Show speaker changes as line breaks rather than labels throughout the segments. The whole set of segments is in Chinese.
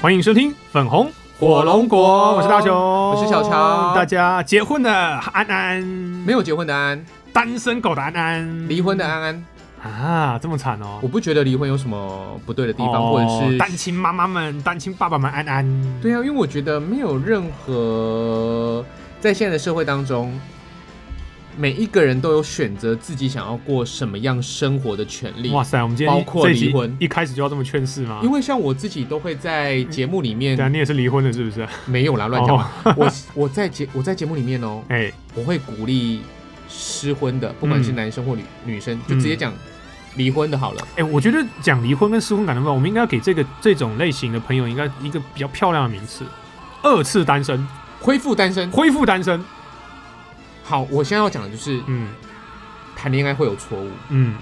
欢迎收听粉红
火龙果
我是大雄，我
是小乔
大家结婚的安安，
没有结婚的安，
单身狗的安安，
离婚的安安，
啊，这么惨哦
我。不觉得离婚有什么不对的地方，
哦
或者是
单亲妈妈们、单亲爸爸们安安，
对啊，因为我觉得没有任何在现在的社会当中，每一个人都有选择自己想要过什么样生活的权利。
哇塞，我们今天
包括
这集
离婚
一开始就要这么劝世吗？
因为像我自己都会在节目里面
对啊，你也是离婚的，是不是？
没有啦，乱讲嘛。
哦
我我在节我在节目里面哦，
哎，
我会鼓励失婚的，不管是
嗯
男生或女女生，就直接
嗯
讲离婚的好了。
哎、我觉得讲离婚跟失婚感的话，我们应该要给这个这种类型的朋友应该一个比较漂亮的名词：二次单身、
恢复单身，
恢复单身。
好，我现在要讲的就是
嗯
谈恋爱会有错误，
嗯，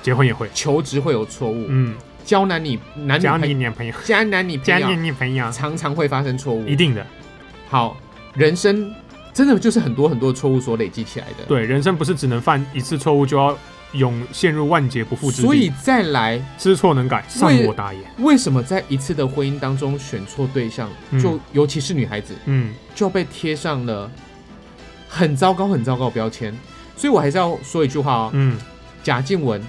结婚也会。
求职会有错误，
嗯，
交男女男女
交
朋
你
友
女朋友，
交男女
交
朋
你
友
女朋友，
常常会发生错误。
一定的。
好，人生真的就是很多很多错误所累积起来的。，
对，人生不是只能犯一次错误就要永陷入万劫不复之地，
所以再来，
知错能改，善
为
莫大焉。
为什么在一次的婚姻当中选错对象，
嗯
就尤其是女孩子，
嗯，
就被贴上了很糟糕、很糟糕的标签？所以我还是要说一句话哦，
嗯
贾静雯，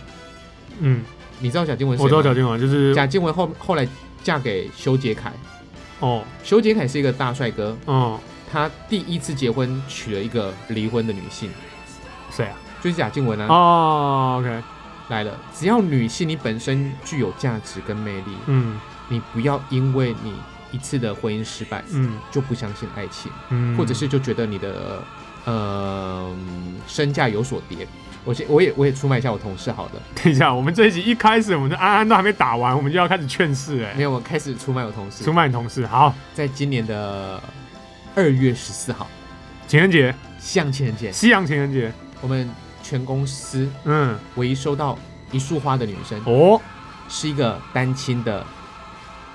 嗯，
你知道贾静雯是
我知道
谁吗？
小金王就是
贾静雯后后来嫁给修杰楷，
哦
修杰楷是一个大帅哥，
哦
他第一次结婚娶了一个离婚的女性，
谁啊？
就是贾静雯啊。
哦，OK，
来了，只要女性你本身具有价值跟魅力，
嗯
你不要因为你一次的婚姻失败，
嗯
就不相信爱情，
嗯，
或者是就觉得你的呃身价有所跌。我先我也我也出卖一下我同事好了，
等一下，我们这一集一开始，我们的安安都还没打完，我们就要开始劝世哎、
没有，我开始出卖我同事
出。卖你同事，好，
在今年的二月十四号，
情人节，
向情人节，
西洋情人节，
我们全公司
嗯，
唯一收到一束花的女生，
哦，
是一个单亲的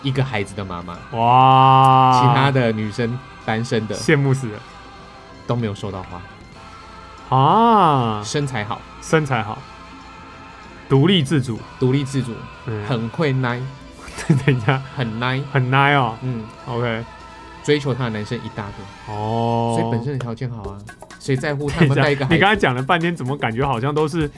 一个孩子的妈妈，
哇，
其他的女生单身的
羡慕死了
都没有收到花，
啊，
身材好，
身材好，独立自主，
独立自主，
嗯，
很会奶，
等一下，
很奶，
很 nice 哦
嗯，
，OK，
追求她的男生一大堆，
哦，
所以 本身的条件好啊，谁在乎他
等一
们
下
带一个
你
孩
刚
子？
才讲了半天，怎么感觉好像都是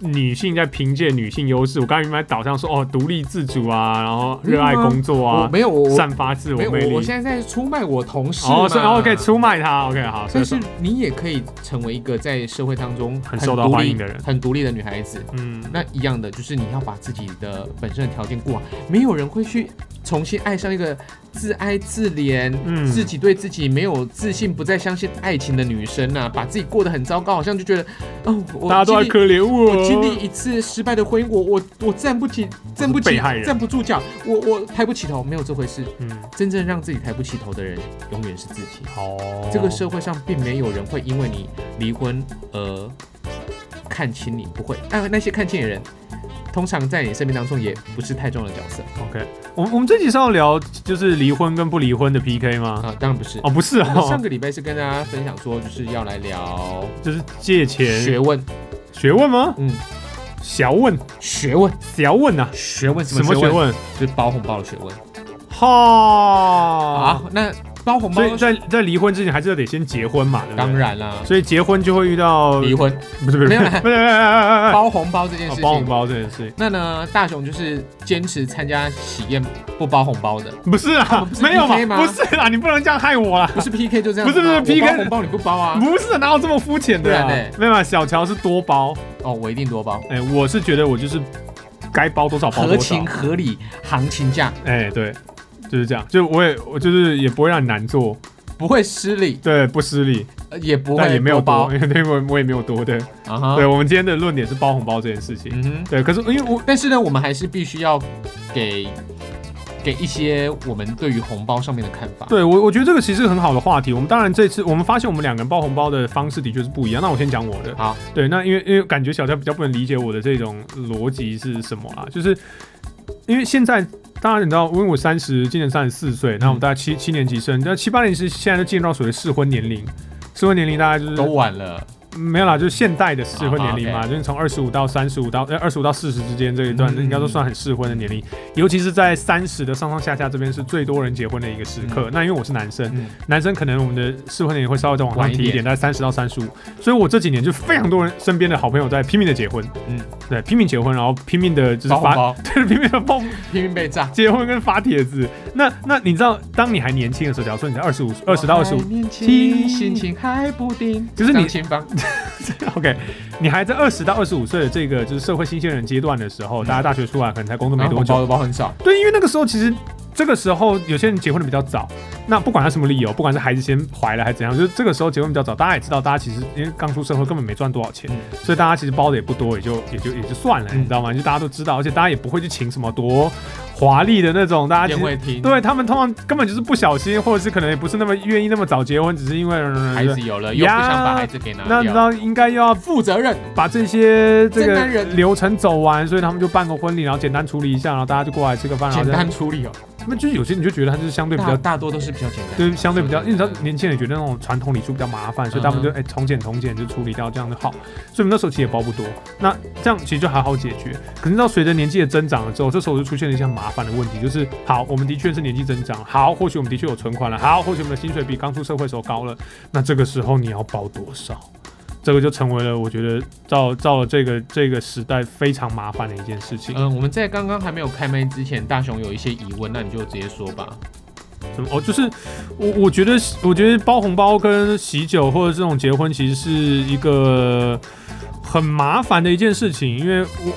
女性在凭借女性优势？我刚才明白导向说哦，独立自主啊，然后热爱工作
我
啊，
没有我我
散发自我
没有
魅力。
我我现在在出卖我同事
哦，所以
嘛
OK 出卖他，OK 好，所
但
以
是你也可以成为一个在社会当中
很受到
独
欢
立
迎的人
很独立的女孩子。
嗯，
那一样的，就是你要把自己的本身的条件过好，没有人会去重新爱上一个自哀自怜、
嗯
自己对自己没有自信、不再相信爱情的女生啊，把自己过得很糟糕，好像就觉得，哦，我
大家都在
经历
可怜我，
我经历一次失败的婚姻，我我我站不起，站不
被
起
害人，
站不住脚，我我抬不起头，没有这回事。
嗯，
真正让自己抬不起头的人，永远是自己。
哦，
这个社会上并没有人会因为你离婚而看清你，不会。但那些看清你的人，通常在你生命当中也不是太重要的角色
OK。我我们这集是要聊就是离婚跟不离婚的 PK 吗？
啊，当然不是。
哦，不是
我们上
哦，
个礼拜是跟大家分享说，就是要来聊
就是借钱
学问，
学问吗？
嗯，
小问
学问，
小问呐，
学问
什么学？问？
就是包红包的学问
哈
啊。那包红包
哦所，以在在离婚之前，还是得先结婚嘛，对不对？
当。然啦，
所以结婚就会遇到
离，婚
不是不是不
没
是
有
不是
啦
不是不是不是
包红包这件
不
事
是
情，
哎啊哦包
啊
红。包这件事情，
那呢，大雄就是坚持参加喜宴不包红包的，
不是啊
们不，是
没有嘛
PK，吗
不是啊啦，你不能这样害我啦，
不是 PK 就这样
不
子
是
吗，
不是 PK
我包红包你不包啊？
不是哪有这么肤浅的啊
不然？呢
没有嘛，小乔是多包，
哦，我一定多包，
哎，我是觉得我就是该包多少包
合
多少
情，合理，行情价，
哎，对，就是这样，就我也我就是也不会让你难做，
不会失礼，
对，不失礼，
呃也不
但
会
也没有
多
多，对，我我也没有多对，
包啊哈
对，。我们今天的论点是包红包这件事情，
嗯哼，
对，可是因为我
但是呢，我们还是必须要给给一些我们对于红包上面的看法。
对我，我觉得这个其实是很好的话题。我们当然这次我们发现我们两个人包红包的方式的确是不一样。那我先讲我的。
好，
对，那因为因为感觉小乔比较不能理解我的这种逻辑是什么啦，就是因为现在大家你知道，因为我三十，今年三十四岁，
嗯
那我们大概七七年级生，那七八年级生现在就进入到所谓适婚年龄。适婚年龄大概就是
都晚了，
没有啦，就是现代的适婚年龄嘛，
哦，OK
就是从二十五到三十五到呃二十五到四十之间这一段，应该都算很适婚的年龄。尤其是在三十的上上下下这边是最多人结婚的一个时刻。那因为我是男生，
嗯
男生可能我们的适婚年龄会稍微再往上提一
晚一
点，大概三十到三十五。所以我这几年就非常多人身边的好朋友在拼命的结婚，
嗯，
对，拼命结婚，然后拼命的就是
包红
发，
包，
对，拼命的包
拼命被炸。
结婚跟发帖子。那那你知道，当你还年轻的时候，假如说你在二十五、二十到二十五
我还年轻，
听
心情还不定。
就是你
张清芳，
OK，你还在二十到二十五岁的这个就是社会新鲜人阶段的时候，大家大学出来可能才工作没
然后红包
多久，
的包很少，
对，因为那个时候其实这个时候有些人结婚的比较早，那不管他什么理由，不管是孩子先怀了还是怎样，就是这个时候结婚比较早，大家也知道，大家其实因为刚出社会根本没赚多少钱，
嗯
所以大家其实包的也不多，也就也就也就算了，
嗯
你知道吗？就大家都知道，而且大家也不会去请什么多华丽的那种，大家
宴
其实
会厅，
对他们通常根本就是不小心，或者是可能也不是那么愿意那么早结婚，只是因为
孩子有了又不
呀
想把孩子给拿
那你啊知
掉，
道应该又要
负责任，
把这些这
真
个
男人
流程走完，所以他们就办个婚礼，然后简单处理一下，然后大家就过来吃个饭，然后
简
这
单
样。
处理哦，
他们就是有些你就觉得他就是相对比
大
较，
大多都是比较简单，
就是相对比较，因为你知道
对
年轻人觉得那种传统礼数比较麻烦，所以他们就哎从简从简就处理掉，这样就好。所以我们那时候其实也包不多，那这样其实就还好解决。可是到随着年纪的增长了之后，这时候就出现了一些麻烦的问题，就是好，我们的确是年纪增长，好，或许我们的确有存款了，好，或许我们的薪水比刚出社会时候高了，那这个时候你要包多少？这个就成为了我觉得照照了这个这个时代非常麻烦的一件事情。
嗯，我们在刚刚还没有开麦之前，大雄有一些疑问，那你就直接说吧。
什么？哦，就是我我觉得我觉得包红包跟喜酒或者这种结婚，其实是一个很麻烦的一件事情，因为我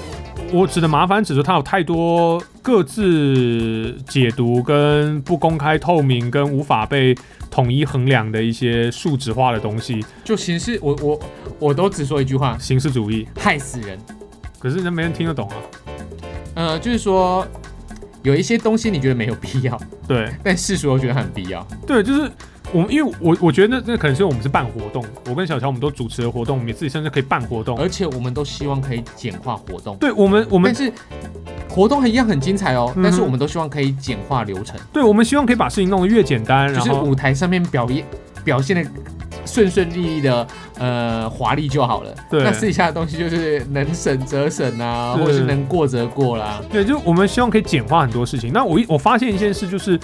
我指的麻烦指的它有太多各自解读跟不公开透明跟无法被统一衡量的一些数值化的东西，
就形式，我我我都只说一句话，
形式主义。
害死人。
可是人没人听得懂啊，
呃，就是说有一些东西你觉得没有必要，
对。
但世俗又觉得很必要。
对，就是我们，因为我我觉得那那可能是因为我们是办活动，我跟小乔我们都主持了活动，我们也自己甚至可以办活
呃
动。
而且我们都希望可以简化活动，
对我们，我们
但是活动一样很精彩哦，
嗯
但是我们都希望可以简化流程，
对我们希望可以把事情弄得越简单，
就
然
是
后
舞台上面表演表现的顺顺利利的，呃，华丽就好了。
对
那私底下的东西就是能省则省啊，
是
或者是能过则过啦。
对，就是我们希望可以简化很多事情。那我一我发现一件事，就是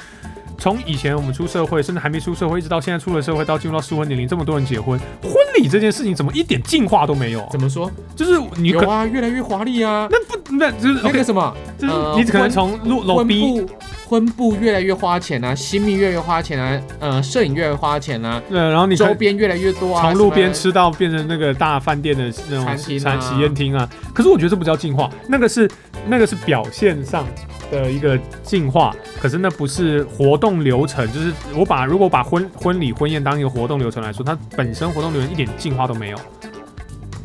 从以前我们出社会，甚至还没出社会，一直到现在出了社会，到进入到适婚年龄，这么多人结婚，婚礼这件事情怎么一点进化都没有啊？
怎么说？
就是你
有
可、
啊，越来越华丽啊。
那不那就是
那
OK，、
个什么，
就是
呃
你只可能
婚
从路楼
婚
逼
布婚布越来越花钱啊，新密越来越花钱啊，呃，摄影越来越花钱啊，
对，然后你可
周
能
边越来越多啊，
从路边
什么
吃到变成那个大饭店的那种
餐厅啊
餐喜宴厅啊。可是我觉得这不叫进化，那个是那个是表现上的一个进化，可是那不是活动流程。就是我把如果把婚婚礼婚宴当一个活动流程来说，它本身活动流程一点进化都没有。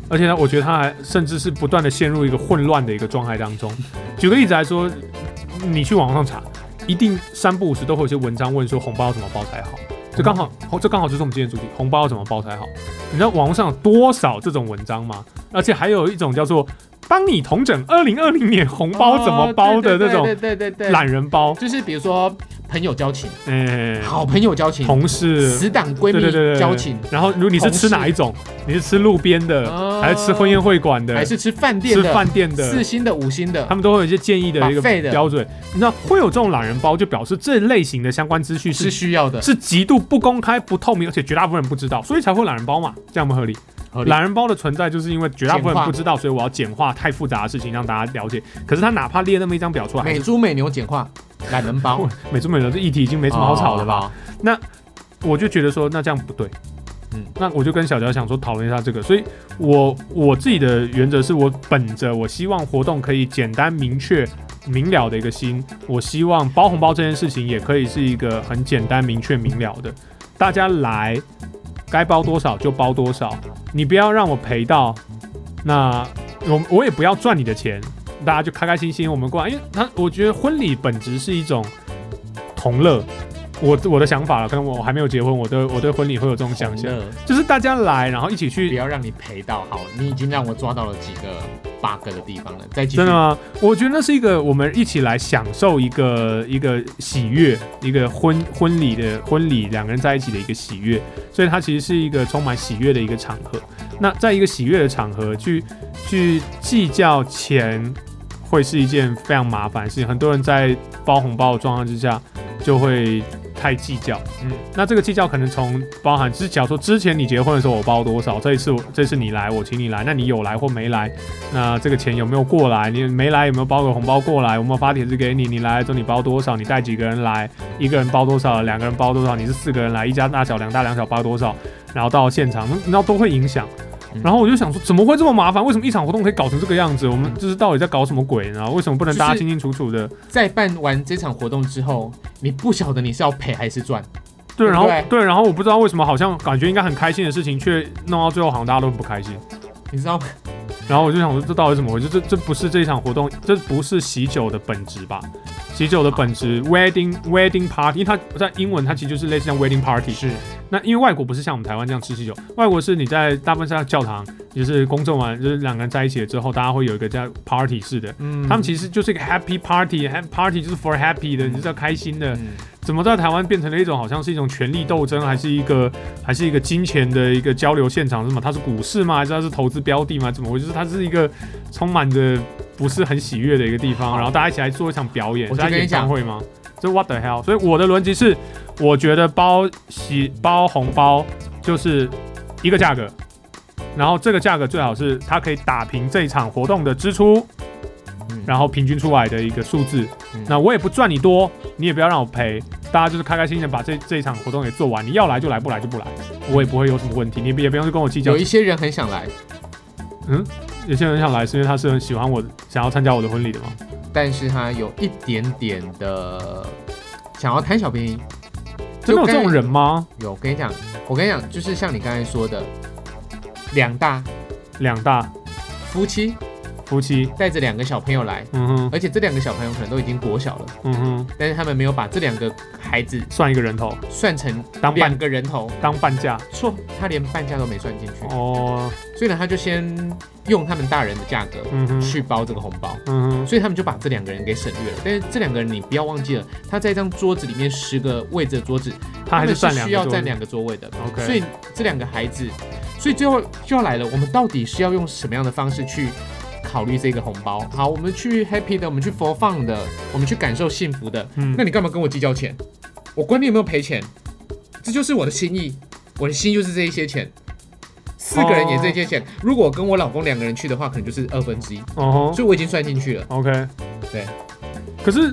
而且呢，我觉得它还甚至是不断的陷入一个混乱的一个状态当中。举个例子来说，你去网上查，一定三不五时都会有一些文章问说红包要怎么包才好，这刚好，
嗯
红这刚好就是我们今天的主题，红包要怎么包才好。你知道网络上有多少这种文章吗？而且还有一种叫做帮你统整二零二零年红包怎么包的那种
哦对对对对对对
懒人包，
就是比如说朋友交情，
哎，
好朋友交情，
同事。
死党闺
对对对
蜜
对对
交情，
然后，如果你是吃哪一种？你是吃路边的，
啊
还是吃婚宴会馆的，
还是吃饭店
吃
的，
饭店的？
四星的、五星的
他，们都会有一些建议的一个
Buffet 的
标准。你知道会有这种懒人包，就表示这类型的相关资讯
是
是
需要的，
是极度不公开、不透明，而且绝大部分人不知道，所以才会有懒人包嘛，这样不合理。
合理
懒人包的存在就是因为绝大部分
简化
人不知道，所以我要简化太复杂的事情让大家了解。可是他哪怕列那么一张表出来，还
美
是
猪美牛简化懒人包，
美中美的这议题已经 没什么好吵的吧？
哦？
我就觉得说，那这样不对。
嗯
嗯，那我就跟小乔想说讨论一下这个，所以我我自己的原则是我本着我希望活动可以简单明确明了的一个心，我希望包红包这件事情也可以是一个很简单明确明了的，大家来该包多少就包多少，你不要让我赔到，那我我也不要赚你的钱，大家就开开心心我们过来，因为他我觉得婚礼本质是一种同乐，我我的想法了，可能我还没有结婚，我对我对婚礼会有这种想象，
红了
就是大家来，然后一起
不
去。
要让你赔到好，你已经让我抓到了几个 bug 的地方了，再继续
真的吗？我觉得那是一个我们一起来享受一个一个喜悦，一个婚婚礼的婚礼，两个人在一起的一个喜悦，所以它其实是一个充满喜悦的一个场合。那在一个喜悦的场合去去计较钱，会是一件非常麻烦的事情。很多人在包红包的状况之下，就会太计较。嗯，那这个计较可能从包含，只是假如说之前你结婚的时候我包多少，这一次我这次你来我请你来，那你有来或没来，那这个钱有没有过来？你没来有没有包个红包过来？我们发帖子给你，你来之后你包多少？你带几个人来？一个人包多少？两个人包多少？你是四个人来，一家大小两大两小包多少？然后到现场，那都会影响。
嗯
然后我就想说，怎么会这么麻烦？为什么一场活动可以搞成这个样子？我们就是到底在搞什么鬼呢？为什么不能大家
嗯就是
清清楚楚的？
在办完这场活动之后，你不晓得你是要赔还是赚，
对，
对
然后
不对
对，然后我不知道为什么，好像感觉应该很开心的事情，却弄到最后好像大家都很不开心。
你知道吗？
然后我就想说，这到底怎么回事？这这不是这一场活动，这不是喜酒的本质吧？喜酒的本质，wedding wedding party，因为它在英文它其实就是类似像 wedding party。是。那因为外国不是像我们台湾这样吃喜酒，外国是你在大部分是在教堂，就是公证完，就是两个人在一起了之后，大家会有一个叫 party 式的，
嗯
他们其实就是一个 happy party，happy party 就是 for happy 的，你就是要开心的。
嗯，
怎么在台湾变成了一种好像是一种权力斗争，还是一个还是一个金钱的一个交流现场？是吗？它是股市吗？还是它是投资标的吗？怎么回事？它是一个充满着不是很喜悦的一个地方，然后大家一起来做一场表演，
我就
在
是跟
演
你讲
唱会吗？这 what the hell？所以我的逻辑是，我觉得包喜包红包就是一个价格，然后这个价格最好是它可以打平这一场活动的支出，
嗯
然后平均出来的一个数字。
嗯
那我也不赚你多，你也不要让我赔，大家就是开开心心的把这这一场活动给做完。你要来就来，不来就不来，我也不会有什么问题。你也不用去跟我计较
有一。些人很想来，
有些人想来是因为他是很喜欢我，想要参加我的婚礼的嘛。
但是他有一点点的想要贪小便宜。
真的有这
就
种
跟
人吗？
有，我跟你讲，我跟你讲，就是像你刚才说的，两大
两大
夫妻
夫妻，
带着两个小朋友来，
嗯哼，
而且这两个小朋友可能都已经国小了，
嗯哼，
但是他们没有把这两个孩子
算一个人头，
算成
当
两
半
个人头，
当半价
错，他连半价都没算进去，
哦，
所以呢，他就先用他们大人的价格
嗯哼，
去包这个红包。
嗯哼，
所以他们就把这两个人给省略了，但是这两个人你不要忘记了，他在一张桌子里面十个位置的桌子，
他还
们
是占
需
两
要
个
占
桌。
两个座位的。
OK
所以这两个孩子，所以最后就要来了，我们到底是要用什么样的方式去考虑这个红包？好，我们去 happy 的，我们去 for fun 的，我们去感受幸福的。
嗯
那，你干嘛跟我计较钱？我管你有没有赔钱，这就是我的心意，我的心就是这一些钱。四个人也这些钱，如果我跟我老公两个人去的话，可能就是二分之一，
哦哦吼
所以我已经算进去了。
，OK，
对。
可是，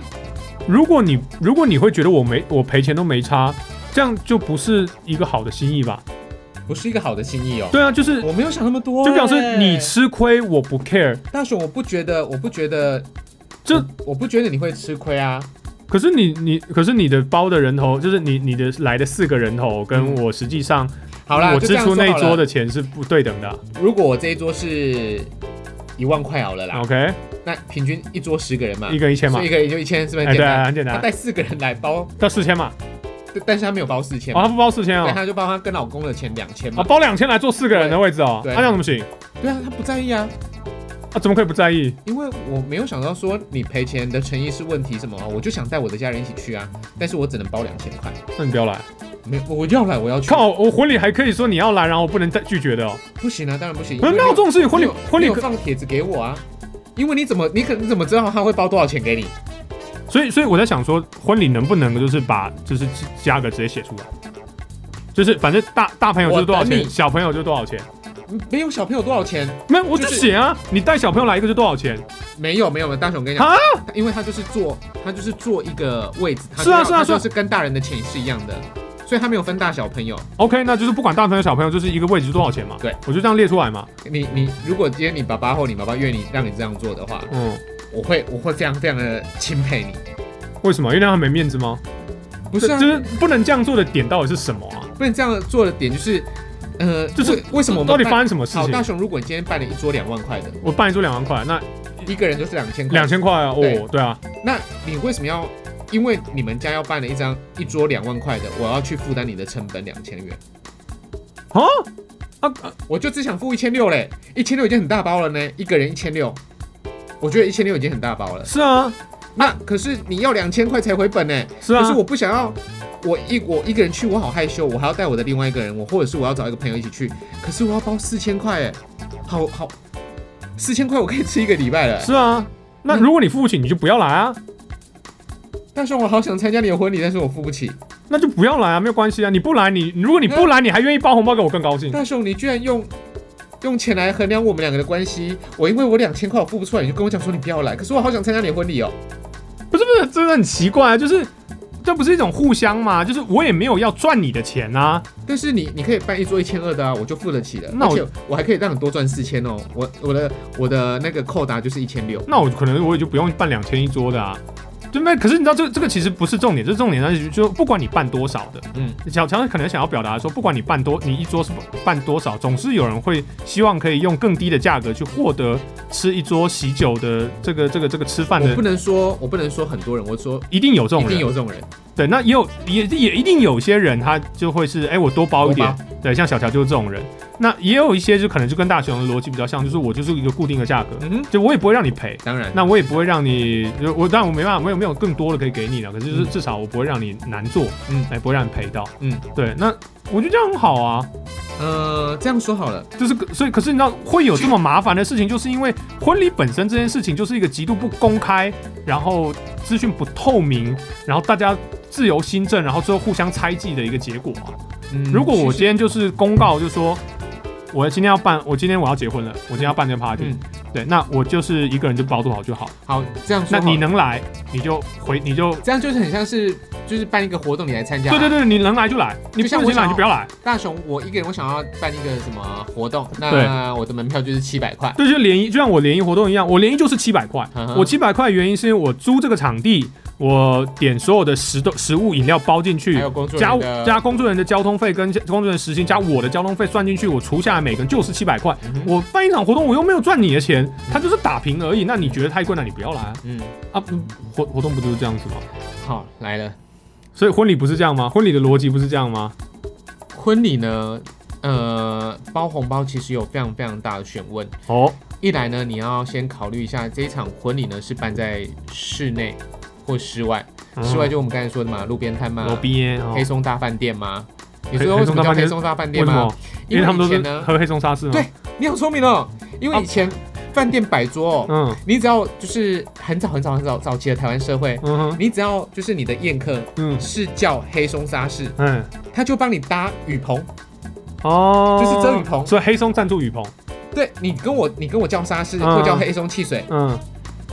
如果你如果你会觉得我没我赔钱都没差，这样就不是一个好的心意吧？
不是一个好的心意哦。
对啊，就是
我没有想那么多、
就表
哎
示你吃亏，我不 care。
大雄，我不觉得，我不觉得，
这
我不觉得你会吃亏啊。
可是你你可是你的包的人头，就是你你的来的四个人头，跟我实际上
好啦，
我支
就这样
出
说
那一
好
桌
了，
的钱是不对等的啊、
如果我这一桌是一万块好了啦，
OK，
那平均一桌十个人嘛，
一个一千嘛
所以一，个人就一啊千，是不是
哎
很简
对
单？
啊，很简
他
单，
带四个人来包，
到四千嘛。
但但是他没有包四千
哦，他不包四千
对，
哦，
他就包他跟老公的钱两千
哦
嘛。
包两千来坐四个人的位置哦，那、
对
这样怎么行？
对啊，他不在意啊，
啊，怎么可以不在意？
因为我没有想到说你赔钱的诚意是问题什么啊，我就想带我的家人一起去啊，但是我只能包两千块，
那你不要来，
没有，我要来我要去，
靠，我婚礼还可以说你要来，然后我不能再拒绝的哦。
不行啊，当然不行，
不是，
因为
那有这种事情，婚礼
你有
婚
你
礼
有
可，
放帖子给我啊，因为你怎么你可你怎么知道他会包多少钱给你？
所以所以我在想说，婚礼能不能就是把就是价格直接写出来，就是反正大大朋友就是多少
我等
钱，
你
小朋友就多少钱。
没有小朋友多少钱？
没有，我就
就是
写啊，你带小朋友来一个就多少钱？
没有没有，大雄我跟你讲
啊，
因为他就是坐他就是坐一个位置，他
是啊
就是
啊
他
是啊
就是跟大人的钱是一样的，所以他没有分大小朋友。
OK，那就是不管大朋友小朋友，就是一个位置多少钱嘛。
对，
我就这样列出来嘛。
你你如果今天你爸爸或你爸爸愿意让你这样做的话，
嗯，
我会我会非常非常的钦佩你。
为什么？因为让他没面子吗？
不是啊，
这就是不能这样做的点到底是什么啊？
不能这样做的点就是，呃，
就是
为为什么我们
到底
办
发生什么事
好大
情？
雄，如果你今天办了一桌两万块的，
我办一桌两万块，那
一个人就是两千块，
两千块啊，
对
哦，对啊，
那你为什么要因为你们家要办了一张一桌两万块的，我要去负担你的成本两千元，
啊啊啊！
我就只想付一千六嘞，一千六已经很大包了呢，一个人一千六，我觉得一千六已经很大包了。
是啊，
那可是你要两千块才回本呢，
是啊，
可是我不想要，我一我一个人去，我好害羞，我还要带我的另外一个人，我或者是我要找一个朋友一起去，可是我要包四千块，哎，好好，四千块我可以吃一个礼拜了。
是啊。那
嗯
如果你付不起，你就不要来啊，
但是我好想参加你的婚礼，但是我付不起。
那就不要来啊，没有关系啊。你不来，你如果你不来，你还愿意包红包给我，更高兴。
大雄，你居然用用钱来衡量我们两个的关系，我因为我两千块我付不出来，你就跟我讲说你不要来，可是我好想参加你的婚礼哦。
不是不是，真的很奇怪啊，就是这不是一种互相吗？就是我也没有要赚你的钱啊，
但是你你可以办一桌一千二的啊，我就付得起了，
那我
而且我还可以让你多赚四千哦。我我的我的那个扣打就是一千六，
那我可能我也就不用办两千一桌的啊。对没？可是你知道这这个其实不是重点，这重点呢就就不管你办多少的，
嗯，
小强可能想要表达说，不管你办多，你一桌是办多少，总是有人会希望可以用更低的价格去获得吃一桌喜酒的这个这个这个吃饭
我
的
不，能说我不能说很多人，我说
一定有这种
一
人，
定有这种人，
对，那也哦有也也一定有些人他就会是，哎、我多包一点
多，
对，像小乔就是这种人。那也有一些就可能就跟大雄的逻辑比较像，就是我就是一个固定的价格，
嗯哼，
就我也不会让你赔，
当然，
那我也不会让你，就我当然我没办法，我有没有更多的可以给你呢？可是就是
嗯
至少我不会让你难做，
嗯
哎，不会让你赔到，
嗯，
对，那我觉得这样很好啊，
呃，这样说好了，
就是可所以可是你知道会有这么麻烦的事情，就是因为婚礼本身这件事情就是一个极度不公开，然后资讯不透明，然后大家自由新政，然后最后互相猜忌的一个结果啊。
嗯，
如果我
其
今天就是公告，就说我今天要办，我今天我要结婚了，我今天要办这个 party，、
嗯
对，那我就是一个人就包多少就好。
实好这样说
那
好了，
你能来，你就回，你就
这样就是很像是就是办一个活动你来参加，
对对对，你能来就来，你不
就像
行
我
来
想
你就不要来，
大雄，我一个人我想要办一个什么活动，那
对
我的门票就是七百块。
对，就联谊，就像我联谊活动一样，我联谊就是七百块。
嗯哼
我七百块原因是因为我租这个场地，我点所有的食都食物饮料包进
还
去，
有工作
加
人
我
的
加工作人员的交通费跟工作人员时薪加我的交通费算进去，我除下来每个人就是七百块。
嗯哼
我办一场活动，我又没有赚你的钱，他就是打平而已。那你觉得太贵，那你不要来啊！
嗯，
啊，嗯活活动不就是这样子吗？
好来了。
所以婚礼不是这样吗？婚礼的逻辑不是这样吗？
婚礼呢，呃，包红包其实有非常非常大的选问。
哦，
一来呢，你要先考虑一下这一场婚礼呢是办在室内或室外，
嗯
室外就我们刚才说的嘛，路边摊嘛
罗，宾耶，哦
黑松大饭店嘛。你
黑
说为什么叫黑
黑
松大饭
为
店
什
吗
么？？因为他们
以
都
前
是
呢，
喝黑松沙士吗？
对你好聪明哦，因为
啊
以前饭店摆桌哦，
嗯
你只要就是很早很早很早早期的台湾社会，
嗯哼
你只要就是你的宴客
嗯
是叫黑松沙士，
嗯
他就帮你搭雨棚。
哦，
就是遮雨棚
所以黑松赞助雨棚，
对你跟我，你跟我叫沙士，
嗯
或叫黑松汽水，
嗯，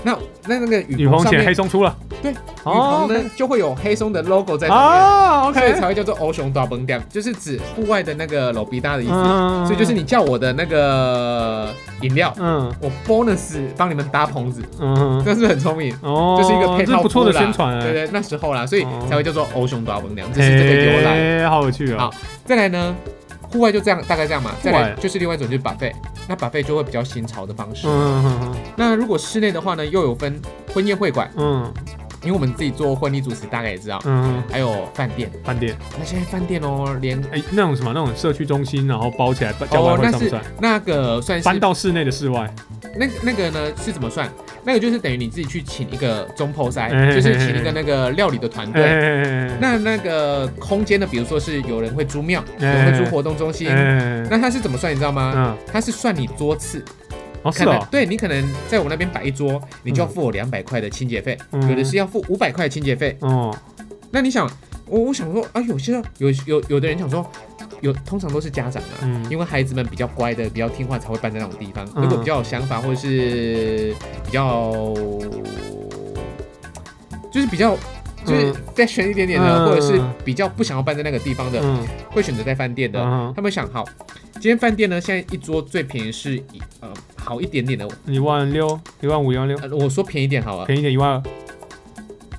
那那那个
雨
雨
棚
棚上
钱
面，
黑松出了，
对，雨
雨
棚呢就会有黑松的 logo 在上面，
啊
所以
，OK，
才会叫做欧熊大崩店，就是指户外的那个老皮大的意思。
嗯
所以就是你叫我的那个饮料，
嗯
我 bonus 帮你们搭棚子，
嗯，
这是很聪明。
哦，
就是一个配
这
套
不错的
服务啦
宣传，啊
对对，那时候啦，所以
哦
才会叫做欧熊大崩店，这是这个由来。
哎，好有趣哦
好。再来呢，户外就这样，大概这样嘛。再
户
来
外
就是另外一种就是 buffet，那 buffet 就会比较新潮的方式。
嗯
那如果室内的话呢，又有分婚宴会馆，
嗯
因为我们自己做婚礼主持，大概也知道，
嗯，
还有饭店。
饭店，
那现在饭店哦，连
哎，那种什么那种社区中心，然后包起来叫外
哦，
汇
那
算不
是
算？
那个算是
搬到室内的室外，
那那个呢是怎么算？那个就是等于你自己去请一个中破塞，
哎
就是请一个那个料理的团
哎
队。
哎
那那个空间呢，比如说是有人会租庙，有
哎
人会租活动中心。
哎，
那它是怎么算？你知道吗？
嗯，
它是算你桌次，
哦
可
是
能
哦，
对你可能在我那边摆一桌，你就要付我两百块的清洁费，
嗯
有的是要付五百块的清洁费，
哦，
那你想，我我想说啊，有些有有有的人想说，有通常都是家长啊，
嗯
因为孩子们比较乖的、比较听话，才会搬在那种地方。
嗯
如果比较有想法，或者是比较就是比较就是
嗯
再选一点点的，
嗯
或者是比较不想要搬在那个地方的，
嗯
会选择在饭店的。
嗯，
他们想好，今天饭店呢，现在一桌最便宜是一呃好一点点的，
一万六，一万五，一万六，
呃我说便宜一点好啊，
便宜点一万二，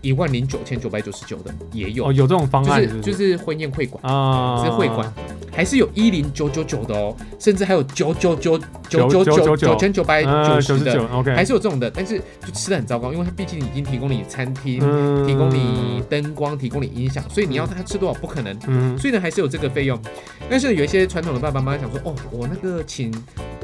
一万零九千九百九十九的也有，
哦，有这种方
就
案，
是就是婚宴会馆。
啊，
是会馆，还是有一零九九九的哦，甚至还有九九九九
9999
九九九千九百
呃
九
九
十
十
的
九。，OK，
还是有这种的，但是就吃的很糟糕，因为它毕竟已经提供了你餐厅、
嗯
提供你灯光、提供你音响，所以你要它吃多少不可能，
嗯
所以呢还是有这个费用。但是有一些传统的爸爸妈妈想说，哦，我那个请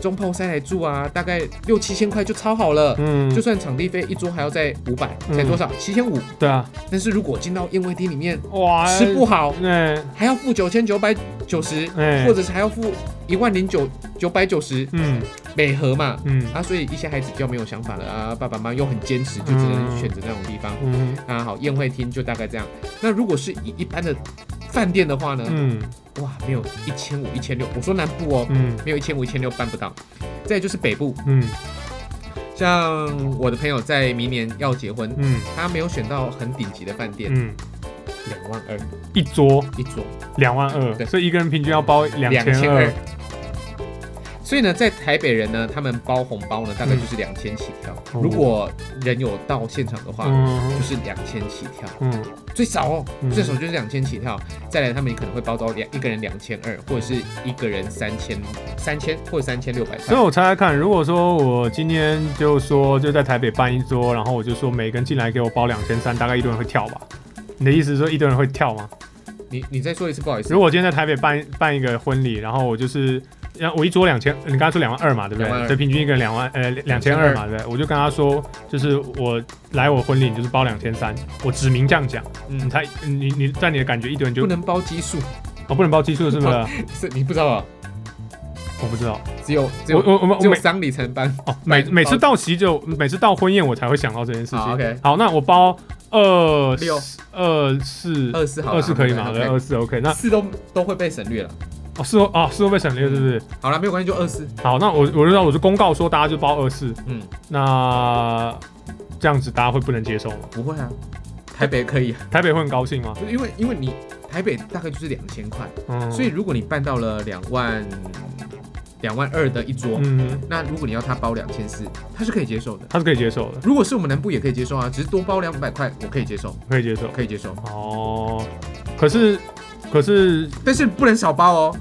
中炮塞来住啊，大概六七千块就超好了，
嗯，
就
就是
算场地费一桌还要再五百，
嗯
才多少？七千五。
对啊，
但是如果进到宴会厅里面
哇，
吃不好，
哎
还要付九千九百九十，
哎，
或者是还要付一万零九九百九十
嗯
每盒嘛，
嗯
啊，所以一些孩子比较没有想法了啊，爸爸妈妈又很坚持，就只能选择那种地方。
嗯
啊，好，宴会厅就大概这样。那如果是一一般的饭店的话呢？
嗯
哇，没有一千五、一千六，我说南部哦，
嗯
没有一千五、一千六办不到。再来就是北部，
嗯
像我的朋友在明年要结婚，
嗯
他没有选到很顶级的饭店，
嗯，
两万二
一桌
一桌，
两万二，
对
所以一个人平均要包两
两
千
千
二嗯
二。。所以呢，在台北人呢，他们包红包呢，大概就是两千起跳。
嗯哦
如果人有到现场的话，就
嗯
是两千起跳。
嗯
最少哦，
嗯
最少就是两千起跳，再来他们可能会包到两一个人两千二，或者是一个人三千三千或者三千六百
所
块
以。我猜猜看，如果说我今天就说就在台北办一桌，然后我就说每个人进来给我包两千三，大概一堆人会跳吧？你的意思是说一堆人会跳吗？
你你再说一次，不好意思
如，果我今天在台北办办一个婚礼，然后我就是，然后我一桌两千，你刚才说两万二嘛，对不对？
22,000
就平均一个人两万，呃，两千二嘛，对不对？我就跟他说，就是我来我婚礼，你就是包两千三，我指明这样讲，你
嗯，
才你你在你的感觉，一堆人就
不能包基数，
哦不能包基数是不是？
是你不知道啊？
我不知道，
只有只
我
有
我我们
只
我每
有丧礼才能办。
哦啊每每次到席就每次到婚宴我才会想到这件事情。
好，OK，
好，那我包二
六
二四
二四好了，
二四可以吗？对，
？OK，
二四 OK。那
四都都会被省略了。
哦是哦哦是会被省略是不是？
好了，没有关系，就二四。
好，那我我就让我就公告说大家就包二四，
嗯，
那这样子大家会不能接受吗？
不会啊，台北可以啊，
台北会很高兴吗？
不是因为因为你台北大概就是两千块，
嗯，
所以如果你办到了两万两万二的一桌，
嗯，
那如果你要他包两千四，他是可以接受的。
他是可以接受的，
如果是我们南部也可以接受啊，只是多包两百块，我可以接受，
可以接受。
可以接受，
哦，可是可是
但是不能少包哦。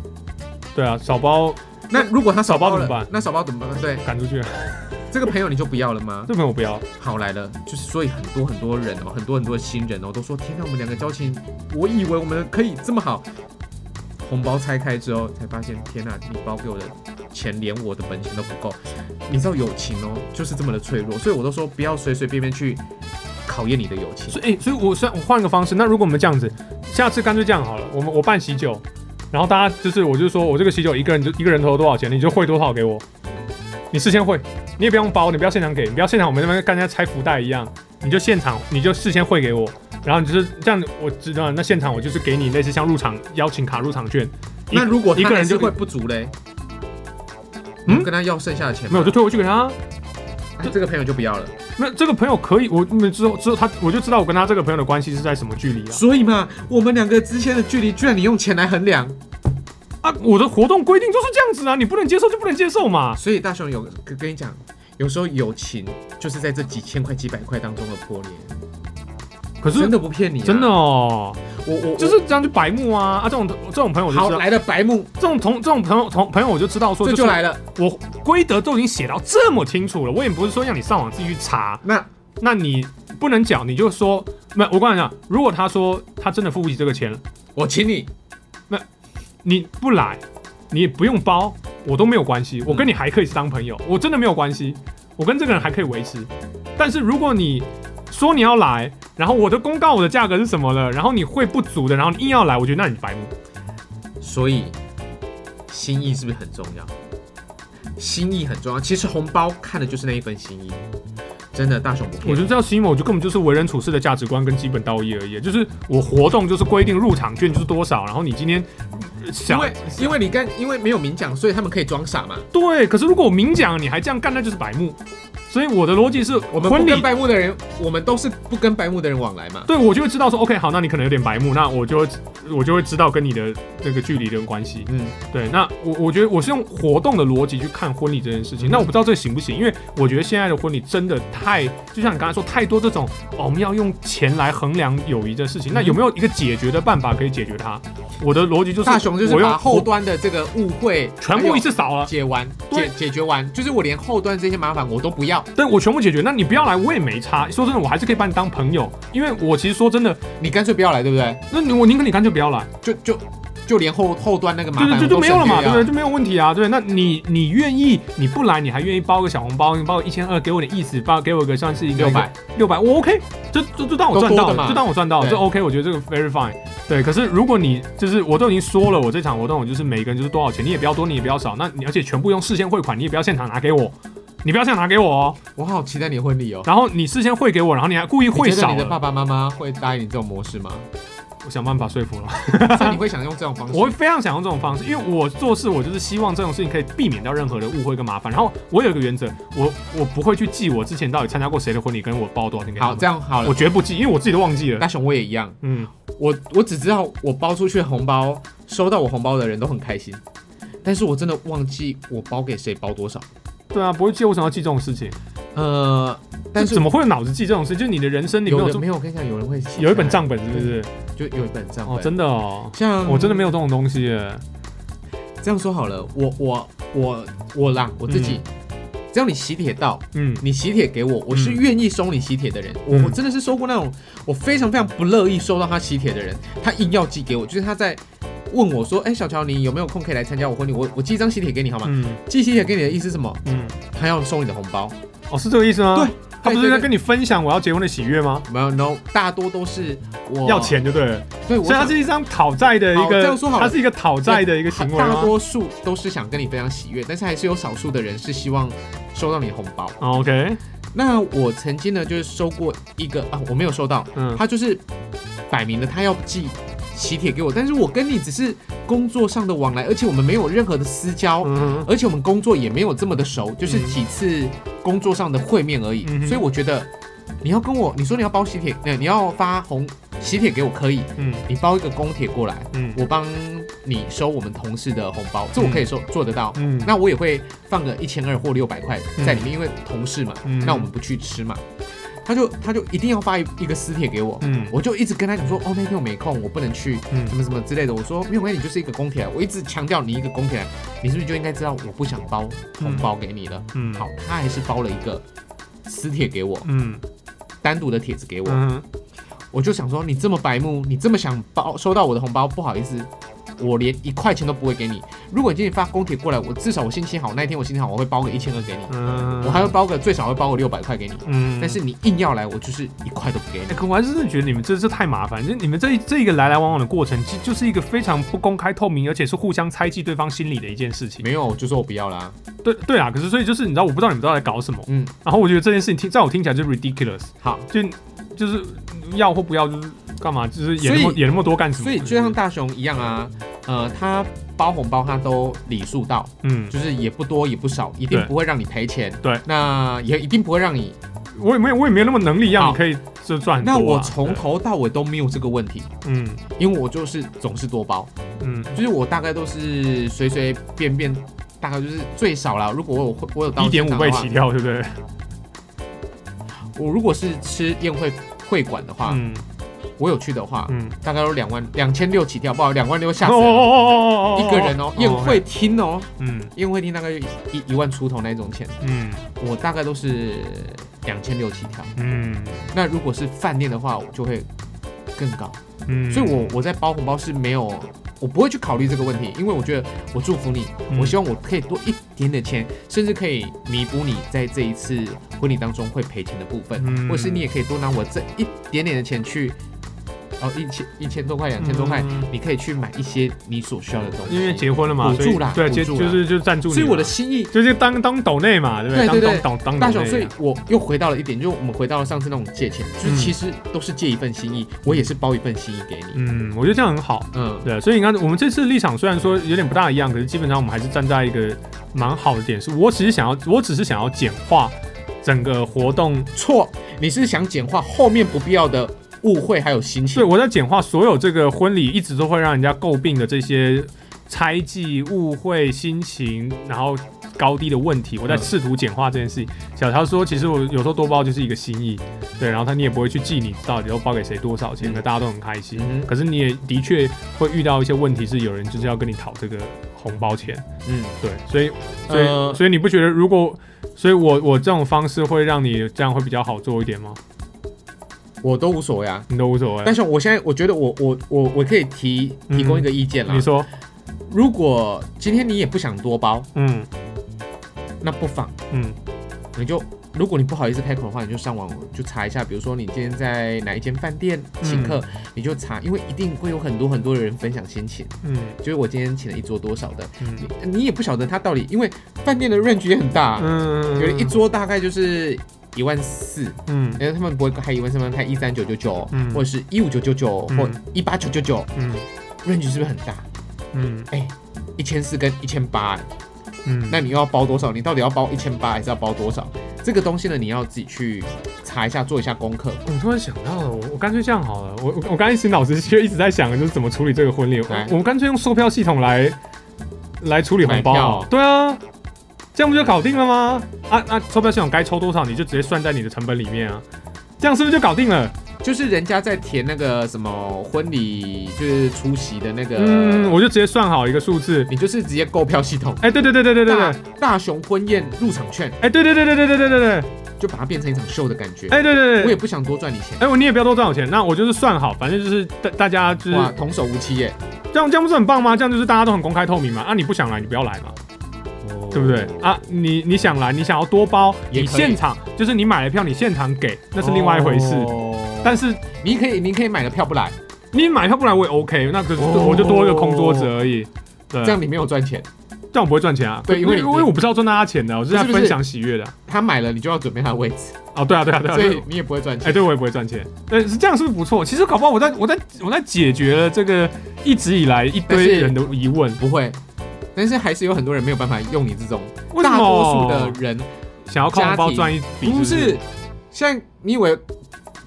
对啊，少包
那如果他少包
少包怎么办
了，那少包怎么办？对，
赶出去，
这个朋友你就不要了吗？
这朋友不要。
好来了，就是所以很多很多人哦，很多很多新人哦，都说天哪，我们两个交情，我以为我们可以这么好。红包拆开之后才发现，天哪，你包给我的钱连我的本钱都不够。你知道友情哦，就是这么的脆弱，所以我都说不要随随便便去考验你的友情。
所以、所以我虽然我换个方式，那如果我们这样子，下次干脆这样好了，我们我办喜酒，然后大家就是我就说我这个喜酒一个人就一个人投多少钱，你就汇多少给我，你事先汇，你也不用包，你不要现场给，你不要现场我们那边刚才拆福袋一样，你就现场你就事先汇给我，然后你就是这样，我知道那现场我就是给你类似像入场邀请卡、入场券，一
那如果
一
他
个
还
人
是
就
会不足嘞，
嗯
嗯，跟他要剩下的钱吗
没有就退回去给他。啊
哎这个朋友就不要了。
那这个朋友可以，我你们之后之后他我就知道我跟他这个朋友的关系是在什么距离啊。
所以嘛，我们两个之间的距离，居然你用钱来衡量。
啊，我的活动规定就是这样子啊，你不能接受就不能接受嘛。
所以大雄有跟跟你讲，有时候友情就是在这几千块、几百块当中的破裂，
可是
真的不骗你、啊，
真的，哦，
我我
就是这样就白目啊啊！这种这种朋友我
我
就
好
知道，
来的白目，
这种同这种朋友同朋友我就知道说，
这
就是
就来了。
我规则都已经写到这么清楚了，我也不是说让你上网自己去查，
那
那你不能讲，你就说没有。我跟你讲，如果他说他真的付不起这个钱，
我请你，
你不来，你也不用包，我都没有关系，我跟你还可以是当朋友，我真的没有关系，我跟这个人还可以维持。但是如果你说你要来，然后我都公告我的价格是什么了，然后你会不足的，然后你硬要来，我觉得那你白目。
所以心意是不是很重要？心意很重要，其实红包看的就是那一份心意。真的，大雄不
我
骗
觉
你，
得这叫新我就根本就是为人处事的价值观跟基本道义而已。就是我活动就是规定入场券就是多少，然后你今天呃
因
想
为因为你跟因为没有明讲，所以他们可以装傻嘛。
对，可是如果我明讲你还这样干，那就是白目。所以我的逻辑是，
我们
婚
不
礼
跟白目的人，我们都是不跟白目的人往来嘛。
对我就会知道说，OK，好，那你可能有点白目，那我就会我就会知道跟你的这个距离的关系。
嗯，
对，那我我觉得我是用活动的逻辑去看婚礼这件事
嗯
情。那我不知道这行不行，因为我觉得现在的婚礼真的太，就像你刚才说，太多这种哦，我们要用钱来衡量友谊的事
嗯
情。那有没有一个解决的办法可以解决它？我的逻辑就是，
大雄就是
我用
把后哎端的这个误会
全部一次扫
还有
了，
解完，解
对
解决完，就是我连后端这些麻烦我都不要。
对我全部解决。那你不要来，我也没差。说真的，我还是可以把你当朋友，因为我其实说真的，
你干脆不要来，对不对？
那你我宁可你干脆不要来。
就就就连后后端那个麻
对
烦
对，就就
我都
没有了嘛，对
省
不
略
对？
掉
就没有问题啊，对。那你你愿意，你不来，你还愿意包个小红包，你包一千二，给我点意思，包给我个像是一个
六百，
六百，我 OK，就就就当我赚
都
到
多的嘛
了，就当我赚到了，
对
就 OK，我觉得这个 very fine。对，可是如果你就是我都已经说了，我这场活动我就是每个人就是多少钱，你也不要多，你也不要少，那你而且全部用事先汇款，你也不要现场拿给我，你不要现场拿给我哦。
我好期待你的婚礼哦。
然后你事先汇给我，然后你还故意汇
你觉得
少
你的
了，
爸爸妈妈会答应你这种模式吗？
我想办法说服了。
所以你会想用这种方 式？
我会非常想用这种方式，因为我做事我就是希望这种事情可以避免掉任何的误会跟麻烦。然后我有一个原则，我我不会去记我之前到底参加过谁的婚礼，跟我包多少钱给他
好，
们。
这样好
我
了。
绝不记，因为我自己都忘记了
大。雄我也一样，
嗯，
我我只知道我包出去的红包，收到我红包的人都很开心，但是我真的忘记我包给谁包多少。
对啊，不会记，为什么要记这种事情？
呃，但
这
是
怎么会有脑子记这种事？就是你的人生里
有
面有
人
这
没有？我跟你讲，有人会写
有一本，账本，是不是？
就有一本账本。
哦，真的哦，
像
我真的没有这种东西耶。
这样说好了，我我我我啦，我自己，只要你喜帖到，
嗯，
你喜帖给我，我是
嗯
愿意收你喜帖的人。
嗯
我我真的是收过那种我非常非常不乐意收到他喜帖的人，他硬要寄给我，就是他在问我说：“哎、小乔，你有没有空可以来参加我婚礼？我我寄一张喜帖给你好吗？”
嗯
寄喜帖给你的意思是什么？
嗯，
他要收你的红包。
哦，是这个意思吗？
对，
他不是在
对对
跟你分享我要结婚的喜悦吗？
对没有，no，大多都是我
要，钱就对了，
对，我
所以它
想
是一张讨债的一
好这
个
样说好，了
它是一个讨债的一个行为
大
吗？
多数都是想跟你分享喜悦，但是还是有少数的人是希望收到你的红包。
哦 OK，
那我曾经呢，就是收过一个啊，我没有收到，
嗯，
他就是摆明了他要寄喜帖给我，但是我跟你只是工作上的往来，而且我们没有任何的私交，
嗯
而且我们工作也没有这么的熟，就是
嗯
几次工作上的会面而已，
嗯哼
所以我觉得你要跟我，你说你要包喜帖，那你要发红喜帖给我可以，
嗯
你包一个公帖过来，
嗯
我帮你收我们同事的红包，这我可以收、做得到。
嗯，
那我也会放个一千二或六百块在里面，因为同事嘛，
嗯
那我们不去吃嘛，他就他就一定要发一一个私帖给我，
嗯
我就一直跟他讲说，哦那天我没空，我不能去，
嗯
什么什么之类的，我说没有关系，你就是一个公帖啊，我一直强调你一个公帖啊，你是不是就应该知道我不想包红包给你了？
嗯
好，，他还是包了一个私帖给我，
嗯
单独的帖子给我，
嗯
我就想说你这么白目，你这么想包收到我的红包，不好意思，我连一块钱都不会给你。如果你今天发公帖过来，我至少我心情好，那一天我心情好，我会包个一千二给你，
嗯，
我还会包个最少会包个六百块给你。
嗯
但是。你硬要来，我就是一块都不给你
哎。可我还是真的觉得你们这这太麻烦，就你们这一这一个来来往往的过程，其实就是一个非常不公开、透明，而且是互相猜忌对方心理的一件事情。
没有，我就说我不要啦。
对对啊，可是所以就是你知道，我不知道你们到底在搞什么。
嗯，
然后我觉得这件事情听在我听起来就是 ridiculous，
好，
就就是要或不要，就是干嘛，就是演那
所
么
以
演那么多干什么？
所以就像大雄一样啊，呃，他包红包他都礼数到，
嗯，
就是也不多也不少，一定
对
不会让你赔钱。
对，
那也一定不会让你。
我也没有我也没有那么能力让
好
你可以就赚很多、啊。
那我从
对
头到尾都没有这个问题，
嗯
因为我就是总是多包。
嗯，
就是我大概都是随随便便，大概就是最少啦。如果我有我有到
一点
现
五
场
倍
的话
起，跳，对不对？
我如果是吃宴会会馆的话，
嗯
我有去的话，
嗯，
大概有两万两千六起跳，不好，两万六吓
哦
死
哦
了。
哦哦哦，
一个人哦，宴会，厅哦，
嗯
宴会厅大概一一万出头那种钱，
嗯
我大概都是两千六起跳。
嗯
那如果是饭店的话，我就会更高。
嗯，
所以我我在包红包是没有，我不会去考虑这个问题，因为我觉得我祝福你，
嗯
我希望我可以多一点点钱，甚至可以弥补你在这一次婚礼当中会赔钱的部分，
嗯
或是你也可以多拿我这一点点的钱去，哦一千一千多块两千多块，
嗯
你可以去买一些你所需要的东西，
因为结婚了嘛，
补助
所以
啦
对，
补
结
助啦
就是就赞助你嘛，啊
所以我的心意。
就是当当抖内嘛，对不
对对对
当当当
大
抖
雄，
内
所以
啊
我又回到了一点，就是我们回到了上次那种借钱，就
嗯
是其实都是借一份心意，我也是包一份心意给你。
嗯，我觉得这样很好。
嗯，
对，所以你看，我们这次立场虽然说有点不大一样，可是基本上我们还是站在一个蛮好的点，是我只是想要，我只是想要简化整个活动，
错，你是想简化后面不必要的误会还有心
对
情。
我在简化所有这个婚礼一直都会让人家诟病的这些猜忌、误会、心情，然后高低的问题，我在
嗯
试图简化这件事情。小乔说，其实我有时候多包就是一个心意，对，然后他你也不会去记你到底都包给谁多少钱，
嗯
可大家都很开心。
嗯
可是你也的确会遇到一些问题，是有人就是要跟你讨这个红包钱，
嗯，
对，所以所以、
呃
所以你不觉得如果，所以我我这种方式会让你这样会比较好做一点吗？
我都无所谓啊。
你都无所谓
但，是我现在我觉得我我我我可以提提供一个意见啦
嗯你。说，
如果今天你也不想多包，
嗯
那不妨
嗯
你就如果你不好意思开口的话，你就上网就查一下，比如说你今天在哪一间饭店请客，你就查，因为一定会有很多很多的人分享心情，
嗯
就是我今天请了一桌多少的，
嗯
你你也不晓得他到底，因为饭店的 range 也很大，
嗯
有人一桌大概就是一万四。
嗯
因为他们不会开一万三，他们开一三九九九
嗯，
或者是一五九九九，
嗯
或一八九九九
嗯
，range 是不是很大？
嗯
哎、一千四跟一千八，
嗯，
那你又要包多少？你到底要包一千八还是要包多少？这个东西呢，你要自己去查一下，做一下功课。
我哦突然想到了，我我干脆这样好了，我我我刚
嗯
才其实脑子就一直在想，就是怎么处理这个婚礼，
来
我我们干脆用售票系统来来处理红包
买
好
票
了，对啊，这样不就搞定了吗？啊啊，售票系统该抽多少你就直接算在你的成本里面啊，这样是不是就搞定了？
就是人家在填那个什么婚礼，就是出席的那个，
嗯，我就直接算好一个数字，
你就是直接购票系统。
哎，对对对对对对对，
大大熊婚宴入场券，
哎，对对对对对对对对对，
就把它变成一场秀的感觉。
哎，对对
我
对。
也不想多赚你钱。
哎，我你也不要多赚我钱，那我就是算好，反正就是大大家就是
哇，童叟无欺耶，
这样这样不是很棒吗？这样就是大家都很公开透明嘛。啊，你不想来，你不要来嘛，对不对？啊，你你想来，你想要多包，
哦也
你
可以
现场就是你买了票，你现场给，那是另外一回事。
哦
但是
你可以，你可以买了票不来，
你买票不来，我也 OK，那就是
哦
我就多一个空桌子而已。对，啊
这样你没有赚钱。
这样我不会赚钱啊。
对因为你
因为我不是要赚大家钱的，我是在
不是不是
分享喜悦的。
他买了，你就要准备他的位置，
哦，对啊，对啊，对啊。
所
对
以
啊
你也不会赚
哎，
钱。
对我也不会赚钱。对，是这样是不是不错？其实搞不好我在我在我在解决了这个一直以来一
但
堆
是
人的疑问。
不会，但是还是有很多人没有办法用你这种
为什
大
么
多数的人
想要靠红包赚一笔，
不是，像你以为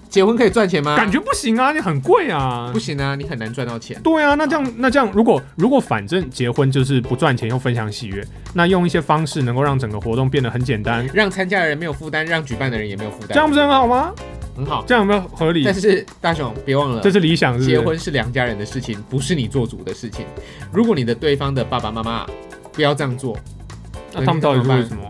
结婚可以赚钱吗？
感觉不行啊，你很贵啊
不。行啊，你很难赚到钱。
对啊，那这样那这样，如果如果反正结婚就是不赚钱又分享喜悦，那用一些方式能够让整个活动变得很简单，
让参加的人没有负担，让举办的人也没有负担，
这样不是很好吗？
很好。
这样有没有合理
但？是大雄，别忘了
这，是理想，是不是
结婚是两家人的事情，不是你做主的事情。如果你的对方的爸爸妈妈不要这样做，
那他们到底是为什么？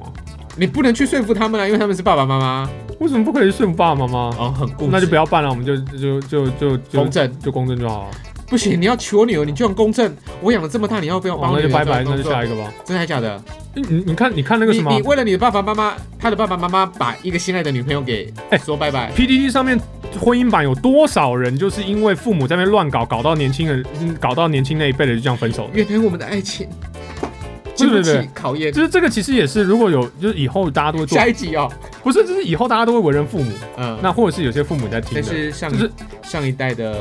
你不能去说服他们啊，因为他们是爸爸妈妈，
为什么不可以顺服爸爸妈妈？
哦，很固执，
那就不要办了，我们就就就就就
公正。
就公证就好了。
不行，你要娶我女儿，你就用公证。我养了这么大，你要不要
哦
帮我
那
女
就
儿
拜
做
拜，
这种
那就
工作
下一个吧。
真的还假的？
你你你看你看那个
你
什么
你为了你的爸爸妈妈，他的爸爸妈妈把一个心爱的女朋友给
哎
说拜拜，
PDD 上面婚姻版有多少人就是因为父母在那边乱搞，搞到年轻人，嗯搞到年轻那一辈的就这样分手的？
原谅我们的爱情，
是
经
不
不
是
起考验。
就是这个其实也是，如果有就是以后大家都会做
下，一集哦，
不是就是以后大家都会为人父母，
嗯，
那或者是有些父母在听的，
但是上
就是
上一代的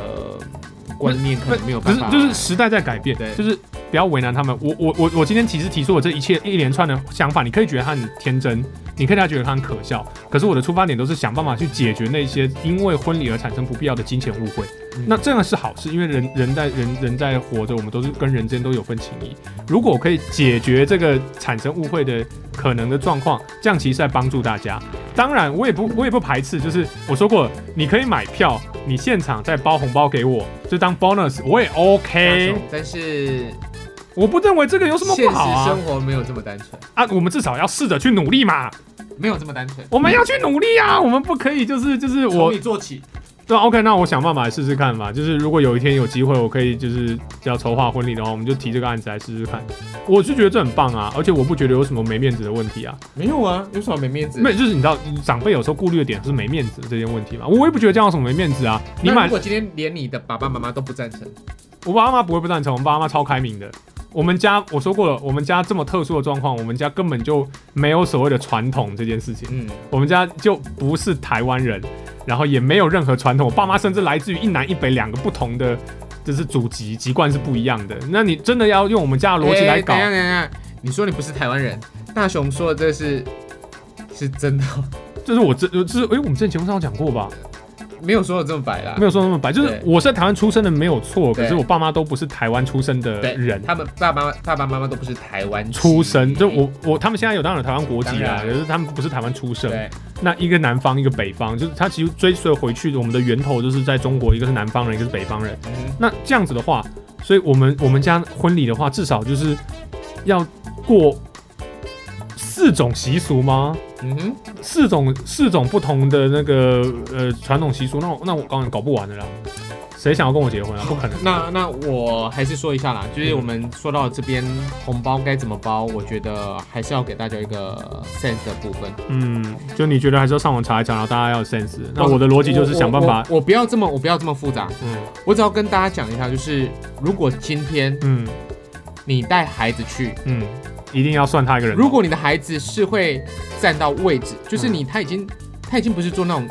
观念可能没有
不
办
是
法，
就是时代在改变
对，
就是不要为难他们。我我我我今天其实提出我这一切一连串的想法，你可以觉得它很天真，你可以觉得它很可笑，可是我的出发点都是想办法去解决那些因为婚礼而产生不必要的金钱误会。
嗯
那这样是好事，因为人人在人人在活着，我们都是跟人之间都有份情谊。如果可以解决这个产生误会的可能的状况，这样其实是在帮助大家。当然，我也不我也不排斥，就是我说过，你可以买票，你现场再包红包给我，就当 bonus，我也
大
OK
雄。但是
我不认为这个有什么
现
不
实
好啊
生活没有这么单纯，
啊！我们至少要试着去努力嘛，
没有这么单纯。
我们要去努力啊！我们不可以就是就是
从
我
你做起，
对啊 OK，那我想办法来试试看嘛。就是如果有一天有机会，我可以就是要筹划婚礼的话，我们就提这个案子来试试看。我是觉得这很棒啊，而且我不觉得有什么没面子的问题啊。
没有啊，有什么没面子？
没，就是你知道，长辈有时候顾虑的点是没面子这件问题嘛。我也不觉得这样有什么没面子啊。你
那如
买，
果今天连你的爸爸妈妈都不赞成，
我爸妈不会不赞成，我爸妈超开明的。我们家我说过了，我们家这么特殊的状况，我们家根本就没有所谓的传统这件事情。
嗯，
我们家就不是台湾人，然后也没有任何传统。我爸妈甚至来自于一南一北两个不同的，就是祖籍籍贯是不一样的。那你真的要用我们家的逻辑来搞？
哎等一下等一下，你说你不是台湾人，大雄说的这个是是真的哦，
这是我这就是哎，我们之前节目上有讲过吧？
没有说的这么白啦，
没有说那么白，就是
对
我是在台湾出生的没有错，可
对
是我爸妈都不是台湾出生的
对
人。
他们爸爸妈爸爸妈妈都不是台湾籍
出生就我我他们现在有当然有台湾国籍啦，
当然
可是他们不是台湾出生。
对
那一个南方，一个北方，就是他其实追溯回去，我们的源头就是在中国，一个是南方人，一个是北方人。
嗯哼
那这样子的话，所以我们我们家婚礼的话，至少就是要过四种习俗吗？
嗯哼，
四种四种不同的那个呃传统习俗，那我那我当然搞不完的啦。谁想要跟我结婚啊？不可能。
那那我还是说一下啦，就是我们说到这边红包该怎么包，我觉得还是要给大家一个 sense 的部分。
嗯，就你觉得还是要上网查一查，然后大家要有 sense。那
我
我的逻辑就是想办法，
我我我不要这么我不要这么复杂，
嗯
我只要跟大家讲一下，就是如果今天
嗯
你带孩子去，
嗯，一定要算他一个人头。
如果你的孩子是会站到位置，就是
嗯
你他已经他已经不是坐那种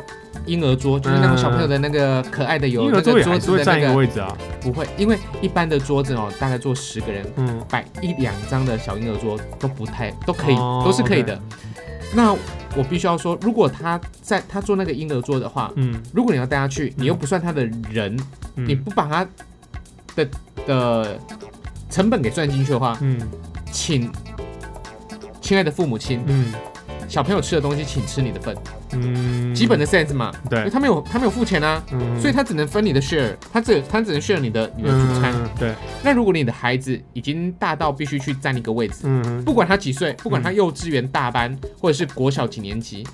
婴儿桌，就是那种小朋友的那个可爱的有
婴
那
儿桌
个
也
桌
还是
子
会
的那
占一个
个，
位置啊。
不会，因为一般的桌子哦，大概坐十个人，
嗯，
摆一两张的小婴儿桌都不太都可以，
哦
都是可以
OK
的。那我必须要说，如果他在他坐那个婴儿桌的话，
嗯
如果你要带他去，你又不算他的人，
嗯
你不把他的的成本给算进去的话，
嗯
请亲爱的父母亲，
嗯
小朋友吃的东西请吃你的份，
嗯，
基本的 sense 嘛，因为
对，
他没有他没有付钱啊，
嗯
所以他只能分你的 share，他只他只能 share 你的你的主餐。
嗯对，
那如果你的孩子已经大到必须去占一个位置，
嗯
不管他几岁，不管他幼稚园大班、或者是国小几年级，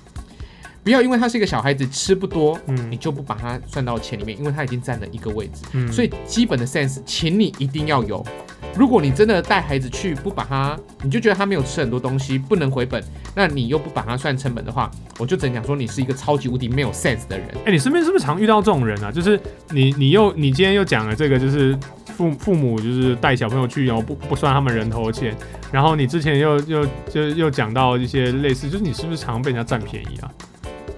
不要因为他是一个小孩子吃不多，你
嗯
就不把他算到钱里面，因为他已经占了一个位置。
嗯，
所以基本的 sense，请你一定要有。如果你真的带孩子去不把他，你就觉得他没有吃很多东西，不能回本，那你又不把他算成本的话，我就只能讲说你是一个超级无敌没有 sense 的人。
哎、你身边是不是常遇到这种人啊？就是你，你又你今天又讲了这个，就是父父母就是带小朋友去，然后不不算他们人头钱，然后你之前又又就又讲到一些类似，就是你是不是常被人家占便宜啊？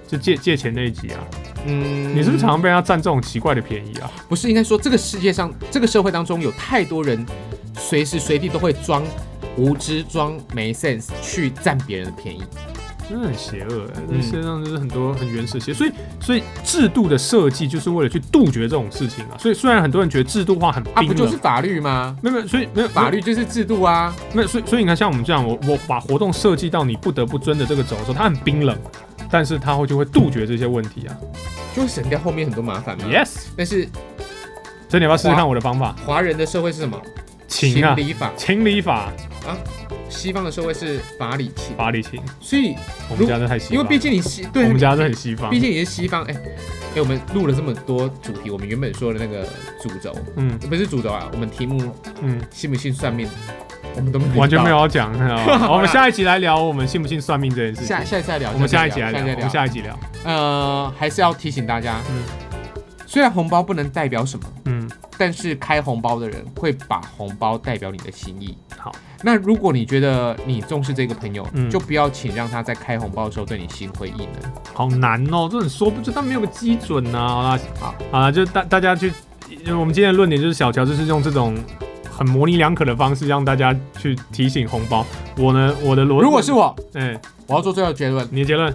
就借借钱那一集啊，
嗯，
你是不是常被人家占这种奇怪的便宜啊？
不是应该说这个世界上这个社会当中有太多人随时随地都会装无知、装没 sense 去占别人的便宜。
真的很邪恶、欸，
嗯
这世界上就是很多很原始的邪，所以所以制度的设计就是为了去杜绝这种事情啊。所以虽然很多人觉得制度化很
啊，
冰嗯
不
冷，
就是法律吗？
没有没有，所以没有
法律就是制度啊，
那所以所以你看，像我们这样，我我把活动设计到你不得不遵的这个轴的时候，它很冰冷，但是它会就会杜绝这些问题啊。
就会省掉后面很多麻烦嘛。
Yes，
但是
所以你要不要试试看我的方法？
华人的社会是什么？
情啊，
理法。
情理法，
西方的社会是法理情，
法理情。
所以
我们家这太西
因为
方，
毕竟你西对，
我们家这很西方
毕。竟你是西方，哎、哎、我们录了这么多主题，我们原本说的那个主轴
嗯
不是主轴啊，我们题目
嗯，
信不信算命，我们都没有
完全没
到
有要讲，你知道 吗好我们下一集来聊我们信不信算命这件事情
下。下一次再聊，
我们下一
次
集来
再
聊，我们下一集聊。
呃，还是要提醒大家，
嗯
虽然红包不能代表什么，
嗯，
但是开红包的人会把红包代表你的心意。
好，
那如果你觉得你重视这个朋友，
嗯
就不要请让他在开红包的时候对你心灰意冷。
好难哦，这很说不，就但没有个基准呐、好啦，
好，
好啦，就大大家去，我们今天的论点就是小乔就是用这种很模棱两可的方式让大家去提醒红包。我呢，我的逻
如果是我，
哎、
我要做最后的结论，
你的结论，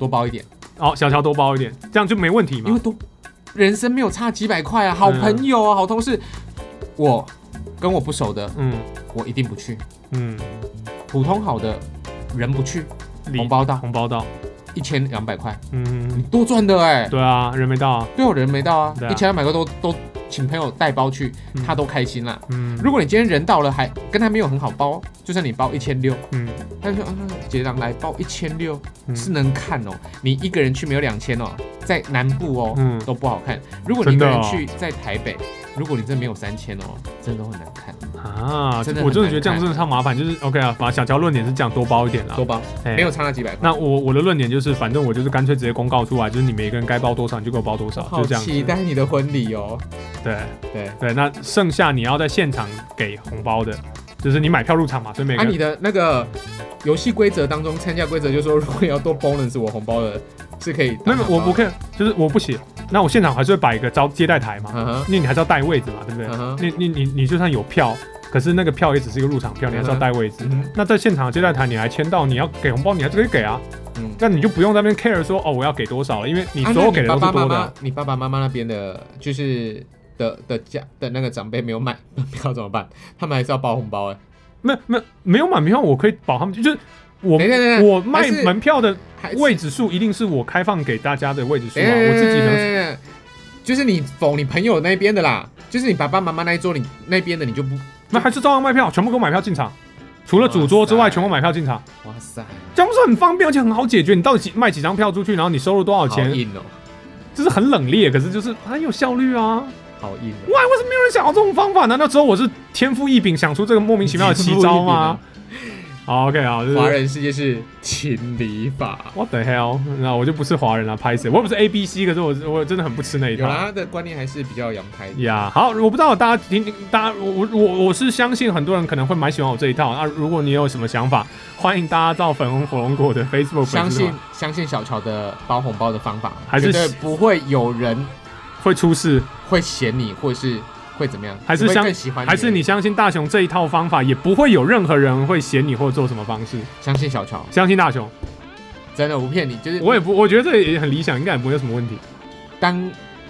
多包一点，
哦，小乔多包一点，这样就没问题
因
嘛
为。多人生没有差几百块啊，
嗯
好朋友啊，好同事，我跟我不熟的，
嗯
我一定不去；
嗯，
普通好的人不去，
理
红包到
红包到，
一千两百块，
嗯，
多赚的哎、
对啊，人没到啊，
对我人没到啊
对，啊
一千两百块都都请朋友带包去，
嗯
他都开心啦。
嗯，
如果你今天人到了还跟他没有很好包，就算你包一千六，
嗯
他就说啊结账来包一千六
嗯
是能看哦，你一个人去没有两千哦，在南部哦、
嗯
都不好看。如果你一个
真的
人
哦
去在台北，如果你真没有三千哦，真的都很难看。
啊，
真的很
我真的觉得
难
这样
看
真的超麻烦，就是 OK 啊，把小乔论点是这样多包一点啦
多，包
哎
没有差那几百块，
那我我的论点就是，反正我就是干脆直接公告出来，就是你每个人该包多少你就给我包多少，
好
就这样子。
期待你的婚礼哦。
对
对，
对，那剩下你要在现场给红包的，就是你买票入场嘛，所以每个
啊
人
你的那个游戏规则当中，参加规则就是说，如果你要多 bonus 我红包的，是可以
那
当
个
红包的。
我我可以，就是我不写，那我现场还是会摆一个招接待台嘛，
嗯哼，
那你还是要带位置嘛，对不对？
嗯哼，
你你你你就算有票，可是那个票也只是一个入场
啊
票，你还是要带位置。
嗯
那在现场接待台你还签到，你要给红包你还是可以给啊，
嗯。
那你就不用在那边 care 说哦我要给多少了，因为你
啊
所
那
有给的
爸
都
爸
是
妈
多的
妈
啊。，
你爸爸妈妈那边的，就是的的家的那个长辈没有买 门票怎么办？他们还是要包红包哎、
没没没有满票，我可以保他们就是。我
等一下等一下
我
还
卖
是
门票的
还是
位置数一定是我开放给大家的位置数啊，
等一下
啊我自己能
等一下等一下就是你否你朋友那边的啦，就是你爸爸妈妈那一桌，你那边的你就不，
那还是照样卖票，全部给我买票进场，除了主桌之
哇
外，
塞
全部买票进场，
哇塞，
这样不是很方便，而且很好解决。你到底几卖几张票出去，然后你收入多少
好
钱，
硬哦、
就是很冷冽，可是就是很有效率啊。
好硬哦、
哇，为什么没有人想到这种方法？难道只有我是天赋异禀，想出这个莫名其妙的奇招吗？好，OK 好，就是
啊华人世界是情理法。
What the hell？那我就不是华人啊，拍谁？我又不是 A B C，可是我我真的很不吃那一
有
套。
啦，他的观念还是比较洋派一点。
呀好，我不知道大家听，大家我我我我是相信很多人可能会蛮喜欢我这一套。那如果你有什么想法，欢迎大家到粉红火龙果的 Facebook
相
粉丝
信
团
相信小乔的包红包的方法，
还是
绝对不会有人
会出事，
会嫌你，或是会怎么样，
还是
只会
相
更喜欢，
还是你相信大雄这一套方法，也不会有任何人会嫌你或做什么方式。
相信小乔，
相信大雄，
真的我不骗你，就是
我也不，我觉得这也很理想，应该也不会有什么问题。
当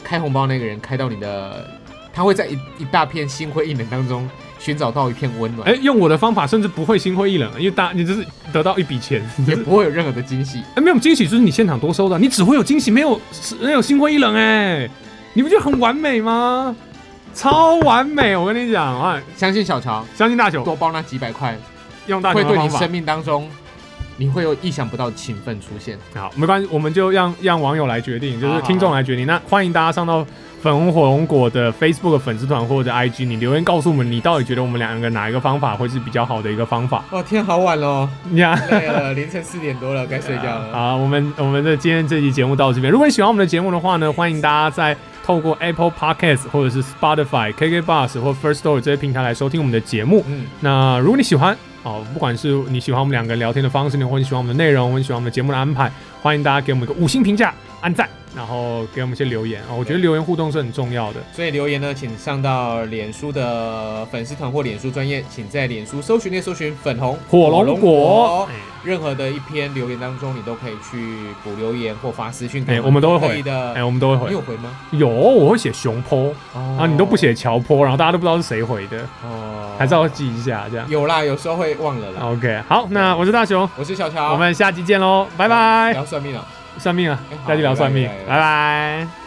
开红包那个人开到你的，他会在一一大片心灰意冷当中寻找到一片温暖，
哎、用我的方法，甚至不会心灰意冷，因为大你只是得到一笔钱，
也不会有任何的惊喜。
哎、没有惊喜就是你现场多收的，你只会有惊喜，没有没有心灰意冷哎、你不觉得很完美吗？超完美，我跟你讲啊，
相信小乔，
相信大雄，
多包那几百块，
用大
会
雄的
对你
方
生
法。
命当中，你会有意想不到的勤奋出现。
好，没关系，我们就让让网友来决定，就
好
是
好
听众来决定。那欢迎大家上到粉红火龙果的 Facebook 粉丝团或者 IG，你留言告诉我们，你到底觉得我们两个哪一个方法会是比较好的一个方法？
哇，天好晚哦喽，
你看。
累了，凌晨四点多了，该睡觉了。
啊好，我们我们的今天这期节目到这边。如果你喜欢我们的节目的话呢，欢迎大家在透过 Apple Podcast 或者是 Spotify、KK Bus 或 First Story 这些平台来收听我们的节目。
嗯，
那如果你喜欢哦，不管是你喜欢我们两个聊天的方式，你或者你喜欢我们的内容，或者你喜欢我们的节目的安排，欢迎大家给我们一个五星评价、按赞，然后给我们一些留言啊、哦我觉得留言互动是很重要的。
所以留言呢，请上到脸书的粉丝团或脸书专业，请在脸书搜寻列搜寻粉红
火龙果，哎
任何的一篇留言当中，你都可以去补留言或发私讯给
哎
们、
我们都会
可以的。
哎、我们都
你
会
有
回。
回吗？
有，我会写熊坡，
哦
然后你都不写乔坡，然后大家都不知道是谁回的，
哦
还是要记一下这样。
有啦，有时候会忘了啦。
OK，好，那我是大雄，
我是小乔，
我们下期见喽，拜拜。
聊算命了。
算命啊
哎，好
下期聊算命
拜拜，
拜拜。